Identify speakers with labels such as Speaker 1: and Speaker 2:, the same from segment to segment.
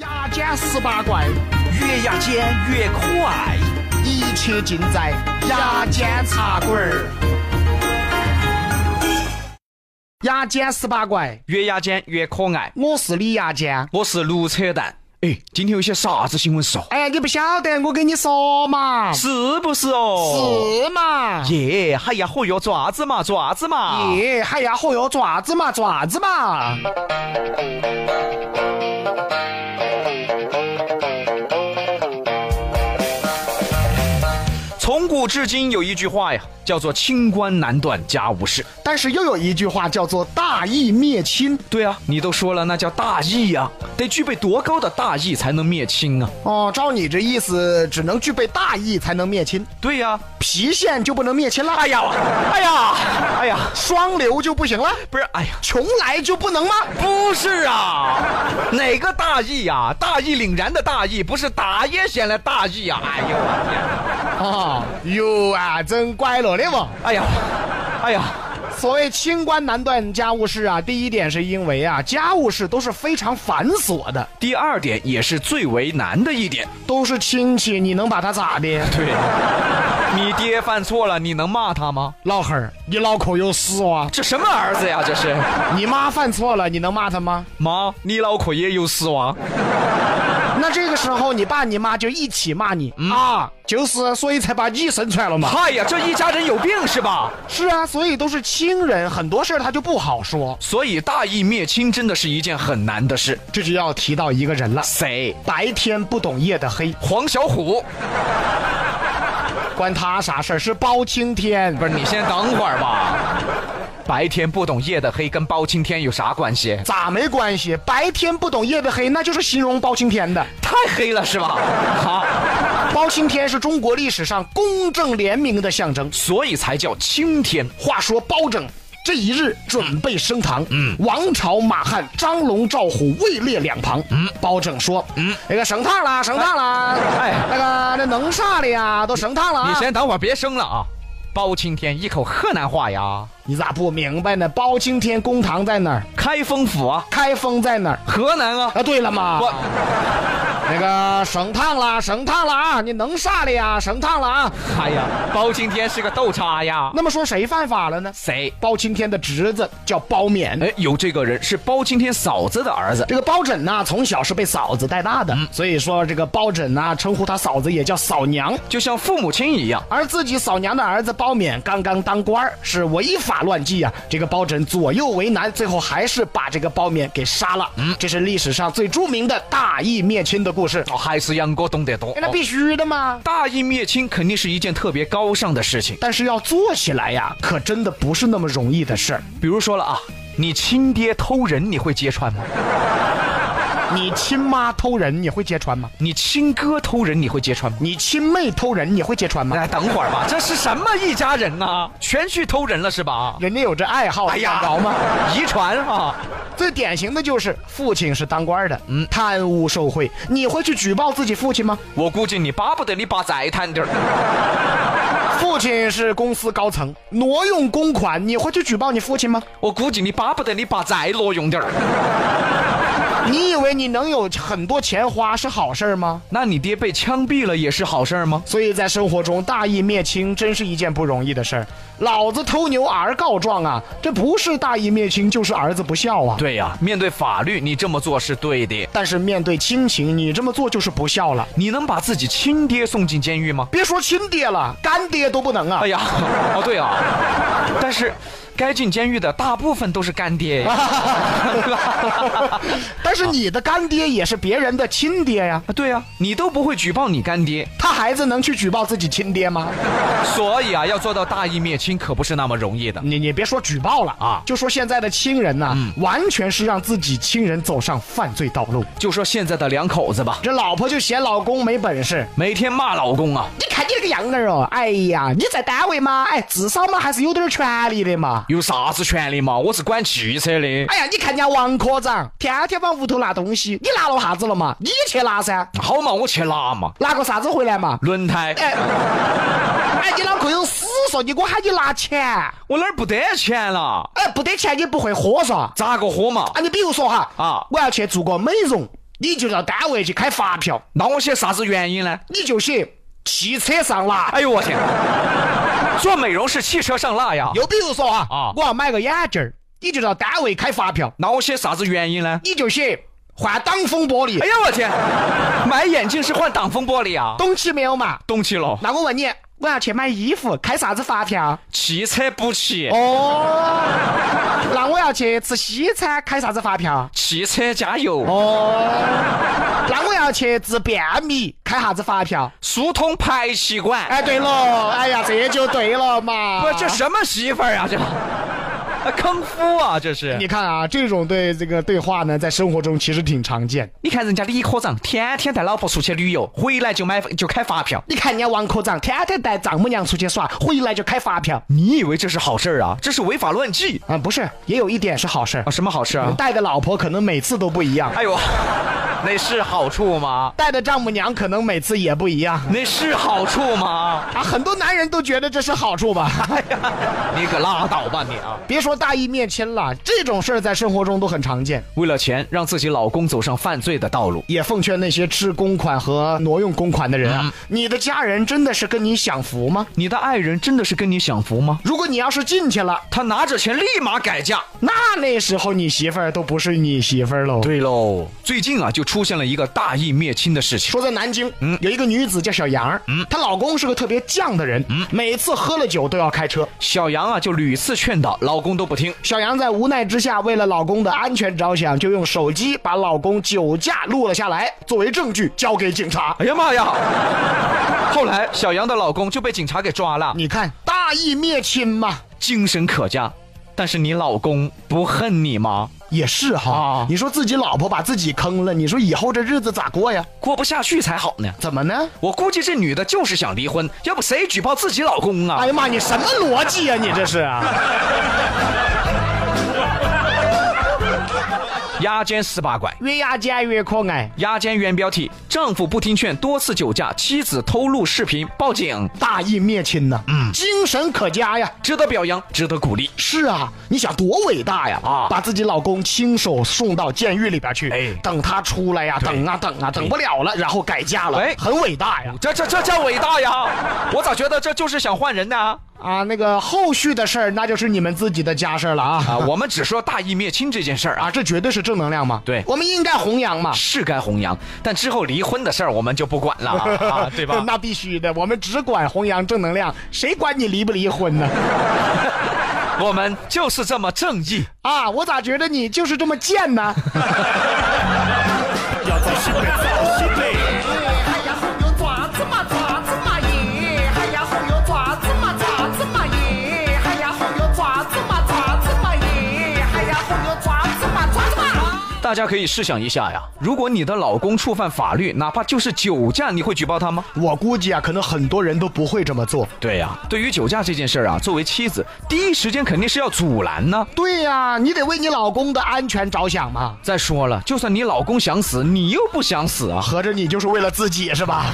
Speaker 1: 八尖十八怪，
Speaker 2: 越牙尖越可爱，
Speaker 1: 一切尽在牙尖茶馆儿。牙尖十八怪，
Speaker 2: 越牙尖越可爱。
Speaker 1: 我是李牙尖。
Speaker 2: 我是卢扯蛋。哎，今天有些啥子新闻说？
Speaker 1: 哎，你不晓得，我跟你说嘛，
Speaker 2: 是不是哦？
Speaker 1: 是嘛？
Speaker 2: 耶，哎呀，嚯哟，爪子嘛，爪子嘛。
Speaker 1: 耶，哎呀，嚯哟，爪子嘛，爪子嘛。
Speaker 2: 从古至今有一句话呀，叫做“清官难断家务事
Speaker 1: 但是又有一句话叫做“大义灭亲””。。
Speaker 2: 对啊，你都说了，那叫大义呀、得具备多高的大义才能灭亲啊？
Speaker 1: 哦，照你这意思，只能具备大义才能灭亲，
Speaker 2: 对呀、
Speaker 1: 郫县就不能灭亲了，
Speaker 2: 哎呀，哎呀，哎呀，
Speaker 1: 双流就不行了，
Speaker 2: 不是，哎呀。
Speaker 1: 邛崃就不能吗？
Speaker 2: 不是啊，哪个大义呀、大义凛然的大义，不是打也显得大义呀、哎呦，
Speaker 1: 啊，有啊，真乖了的嘛。
Speaker 2: 哎呀，哎呀，
Speaker 1: 所谓清官难断家务事啊，第一点是因为啊，家务事都是非常繁琐的，
Speaker 2: 第二点也是最为难的一点。
Speaker 1: 都是亲戚，你能把他咋的？
Speaker 2: 对，你爹犯错了，你能骂他吗？
Speaker 1: 老汉儿，你脑壳有屎哇？
Speaker 2: 这什么儿子呀？这是
Speaker 1: 啊你妈犯错了，你能骂他吗？
Speaker 2: 妈，你脑壳也有屎哇？
Speaker 1: 那这个时候，你爸你妈就一起骂你、
Speaker 2: 嗯
Speaker 1: 啊，就是所以才把你生出来了嘛。
Speaker 2: 哎呀，这一家人有病是吧？
Speaker 1: 是啊，所以都是亲人，很多事儿他就不好说。
Speaker 2: 所以大义灭亲真的是一件很难的事。
Speaker 1: 这就要提到一个人了，
Speaker 2: 谁？
Speaker 1: 白天不懂夜的黑，
Speaker 2: 黄小虎？
Speaker 1: 关他啥事儿？是包青天，
Speaker 2: 不是，你先等会儿吧。白天不懂夜的黑，跟包青天有啥关系？
Speaker 1: 咋没关系？白天不懂夜的黑，那就是形容包青天的。
Speaker 2: 太黑了是吧？啊好，
Speaker 1: 包青天是中国历史上公正廉明的象征。
Speaker 2: 所以才叫青天。
Speaker 1: 话说包拯。这一日准备升堂，嗯，王朝马汉张龙赵虎位列两旁，嗯，包拯说，嗯，那个升堂啦，升堂啦，
Speaker 2: 哎
Speaker 1: 哎，那个那能啥的呀，都升堂了啊
Speaker 2: 你先等会儿，别生了啊！包青天一口河南话呀，
Speaker 1: 你咋不明白呢？包青天公堂在哪儿？
Speaker 2: 开封府啊，
Speaker 1: 开封在哪儿？
Speaker 2: 河南啊。
Speaker 1: 啊，对了嘛，
Speaker 2: 我
Speaker 1: 那个省烫了，省烫了啊！你能啥的呀？省烫了啊！
Speaker 2: 哎呀，包青天是个豆叉呀。
Speaker 1: 那么说谁犯法了呢？
Speaker 2: 谁？
Speaker 1: 包青天的侄子叫包勉。
Speaker 2: 哎，有这个人是包青天嫂子的儿子。
Speaker 1: 这个包拯呢，从小是被嫂子带大的，所以说这个包拯呢，称呼他嫂子也叫嫂娘。
Speaker 2: 就像父母亲一样，
Speaker 1: 而自己嫂娘的儿子包勉刚刚当官儿是违法乱纪呀、这个包拯左右为难，最后还是把这个包勉给杀了。这是历史上最著名的大义灭亲的故事。哎
Speaker 2: 哦，还是杨哥懂得多。哦
Speaker 1: 那必须的嘛。
Speaker 2: 大义灭亲肯定是一件特别高尚的事情。
Speaker 1: 但是要做起来呀，可真的不是那么容易的事儿。
Speaker 2: 比如说了啊，你亲爹偷人，你会揭穿吗？
Speaker 1: 你亲妈偷人，你会揭穿吗？
Speaker 2: 你亲哥偷人，你会揭穿吗？
Speaker 1: 你亲妹偷人，你会揭穿吗？
Speaker 2: 哎，等会儿吧，这是什么一家人呐、啊全去偷人了是吧？
Speaker 1: 人家有这爱好，
Speaker 2: 哎呀
Speaker 1: 想着吗？
Speaker 2: 遗传啊，
Speaker 1: 最典型的就是父亲是当官的，嗯，贪污受贿，你会去举报自己父亲吗？
Speaker 2: 我估计你巴不得你爸再贪点儿。
Speaker 1: 父亲是公司高层，挪用公款，你会去举报你父亲吗？
Speaker 2: 我估计你巴不得你爸再挪用点儿。
Speaker 1: 你以为你能有很多钱花是好事儿吗？
Speaker 2: 那你爹被枪毙了也是好事儿吗？
Speaker 1: 所以在生活中，大义灭亲真是一件不容易的事儿。老子偷牛儿告状啊，这不是大义灭亲，就是儿子不孝啊。
Speaker 2: 对呀、面对法律，你这么做是对的。
Speaker 1: 但是面对亲情，你这么做就是不孝了。
Speaker 2: 你能把自己亲爹送进监狱吗？
Speaker 1: 别说亲爹了，干爹都不能啊
Speaker 2: 哎！呀，哦对啊，但是该进监狱的大部分都是干爹呀。
Speaker 1: 但是你的干爹也是别人的亲爹呀，
Speaker 2: 啊，对呀、你都不会举报你干爹，
Speaker 1: 他孩子能去举报自己亲爹吗？
Speaker 2: 所以啊，要做到大义灭亲可不是那么容易的。
Speaker 1: 你你别说举报了
Speaker 2: 啊
Speaker 1: 啊，嗯就说现在的亲人呐、完全是让自己亲人走上犯罪道路。
Speaker 2: 就说现在的两口子吧，
Speaker 1: 这老婆就嫌老公没本事，
Speaker 2: 每天骂老公啊，
Speaker 1: 你看你那个样儿哦，哎呀，你在单位嘛，哎，至少嘛还是有点权利的嘛。
Speaker 2: 有啥子权利嘛？我是管汽车的。
Speaker 1: 哎呀，你看人家王科长天天往屋头拿东西，你拿了啥子了嘛？你去拿噻，
Speaker 2: 好嘛，我去拿嘛。
Speaker 1: 拿个啥子回来嘛？
Speaker 2: 轮胎，
Speaker 1: 哎， 哎，你脑壳有屎嗦！你给我喊你拿钱，
Speaker 2: 我哪儿不得钱了？
Speaker 1: 哎，不得钱你不会喝嗦。
Speaker 2: 咋个喝嘛？
Speaker 1: 啊，你比如说哈，
Speaker 2: 啊
Speaker 1: 啊，我要去做个美容，你就到单位去开发票，
Speaker 2: 那我写啥子原因呢？
Speaker 1: 你就写汽车上蜡。
Speaker 2: 哎呦我天，做美容是汽车上蜡呀？
Speaker 1: 又比如说啊，
Speaker 2: 啊
Speaker 1: 我要买个眼镜儿，你就到单位开发票，
Speaker 2: 那我写啥子原因呢？
Speaker 1: 你就写换挡风玻璃
Speaker 2: 哎。呀我天，买眼镜是换挡风玻璃啊？
Speaker 1: 懂起没有嘛？
Speaker 2: 懂起了，
Speaker 1: 那我问你，我要去买衣服，开啥子发票？
Speaker 2: 汽车补齐，
Speaker 1: 哦， 那我要去吃西餐，开啥子发票？
Speaker 2: 汽车加油，
Speaker 1: 哦，那我要去治便秘，开啥子发票？
Speaker 2: 疏通排气管。
Speaker 1: 哎，啊对了，哎呀，这就对了嘛。
Speaker 2: 不，这什么媳妇儿啊？这，啊坑夫啊，这是。
Speaker 1: 你看啊，这种对这个对话呢，在生活中其实挺常见。
Speaker 2: 你看人家李科长天天带老婆出去旅游，回来就买就开发票。
Speaker 1: 你看人家王科长天天带丈母娘出去耍，回来就开发票。
Speaker 2: 你以为这是好事儿啊？这是违法乱纪
Speaker 1: 嗯，不是，也有一点是好事儿
Speaker 2: 啊！。什么好事啊？
Speaker 1: 带的老婆可能每次都不一样，
Speaker 2: 哎呦， 那是好处吗？
Speaker 1: 带的丈母娘可能每次也不一样。
Speaker 2: 那是好处吗？
Speaker 1: 啊，很多男人都觉得这是好处吧？
Speaker 2: 哎呀，你可拉倒吧你啊！
Speaker 1: 别说大义灭亲了，这种事儿在生活中都很常见。
Speaker 2: 为了钱让自己老公走上犯罪的道路，
Speaker 1: 也奉劝那些吃公款和挪用公款的人啊，你的家人真的是跟你享福吗？
Speaker 2: 你的爱人真的是跟你享福吗？
Speaker 1: 如果你要是进去了，
Speaker 2: 他拿着钱立马改嫁。
Speaker 1: 那那时候你媳妇儿都不是你媳妇儿喽。，
Speaker 2: 对喽，最近啊就出现了一个大义灭亲的事情。
Speaker 1: 说在南京，有一个女子叫小杨，她老公是个特别犟的人，每次喝了酒都要开车。
Speaker 2: 小杨啊就屡次劝导，老公都不听。
Speaker 1: 小杨在无奈之下，为了老公的安全着想，就用手机把老公酒驾录了下来，作为证据交给警察。
Speaker 2: 哎呀妈呀！后来小杨的老公就被警察给抓了，
Speaker 1: 你看，大义灭亲嘛。
Speaker 2: 精神可嘉。但是你老公不恨你吗？
Speaker 1: 也是哈，
Speaker 2: 啊
Speaker 1: 你说自己老婆把自己坑了，你说以后这日子咋过呀？
Speaker 2: 过不下去才好呢。
Speaker 1: 怎么呢？
Speaker 2: 我估计这女的就是想离婚，要不谁举报自己老公啊
Speaker 1: 哎？呀妈，你什么逻辑呀、你这是啊？
Speaker 2: 压尖十八拐。
Speaker 1: 越压尖越哎可爱，
Speaker 2: 压尖原标题：丈夫不听劝，多次酒驾，妻子偷录视频报警，
Speaker 1: 大义灭亲呐、嗯，精神可嘉呀。
Speaker 2: 值得表扬，值得鼓励。
Speaker 1: 是啊，你想多伟大呀！
Speaker 2: 啊
Speaker 1: 把自己老公亲手送到监狱里边去，
Speaker 2: 哎
Speaker 1: 等他出来呀、等啊等啊，等不了了，然后改嫁了，
Speaker 2: 哎
Speaker 1: 很伟大呀！
Speaker 2: 这这这叫伟大呀！我咋觉得这就是想换人呢？
Speaker 1: 啊，那个后续的事儿，那就是你们自己的家事儿了啊！
Speaker 2: 啊，我们只说大义灭亲这件事儿啊
Speaker 1: 啊，，这绝对是正能量嘛！
Speaker 2: 对
Speaker 1: 我们应该弘扬嘛！
Speaker 2: 是该弘扬，但之后离婚的事儿我们就不管 了啊，啊对吧？
Speaker 1: 那必须的，我们只管弘扬正能量，谁管你离不离婚呢？
Speaker 2: 我们就是这么正义。
Speaker 1: 啊，我咋觉得你就是这么贱 呢？
Speaker 3: 要在西北造西北，
Speaker 4: 哎呀，红油爪子嘛，爪子嘛耶！哎呀，红油爪子嘛，爪子嘛耶！哎呀，红油爪子嘛，爪子嘛耶！哎呀，红油爪子嘛，爪子嘛。
Speaker 2: 大家可以试想一下呀，如果你的老公触犯法律，哪怕就是酒驾，你会举报他吗？
Speaker 1: 我估计啊，可能很多人都不会这么做。
Speaker 2: 对呀、对于酒驾这件事儿啊，作为妻子，第一时间肯定是要阻拦呢。
Speaker 1: 对呀、你得为你老公的安全着想嘛。
Speaker 2: 再说了，就算你老公想死，你又不想死啊！
Speaker 1: 合着你就是为了自己是吧？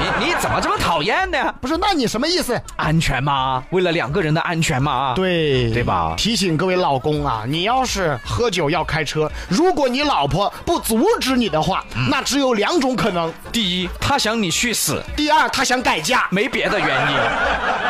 Speaker 2: 你你怎么这么讨厌呢？
Speaker 1: 不是，那你什么意思？
Speaker 2: 安全吗？为了两个人的安全吗？，
Speaker 1: 对
Speaker 2: 对吧
Speaker 1: 提醒各位老公啊，你要是喝酒要开车，如果你老婆不阻止你的话，那只有两种可能：
Speaker 2: 第一，他想你去死，
Speaker 1: 第二，她想改嫁；
Speaker 2: 没别的原因。
Speaker 4: 哎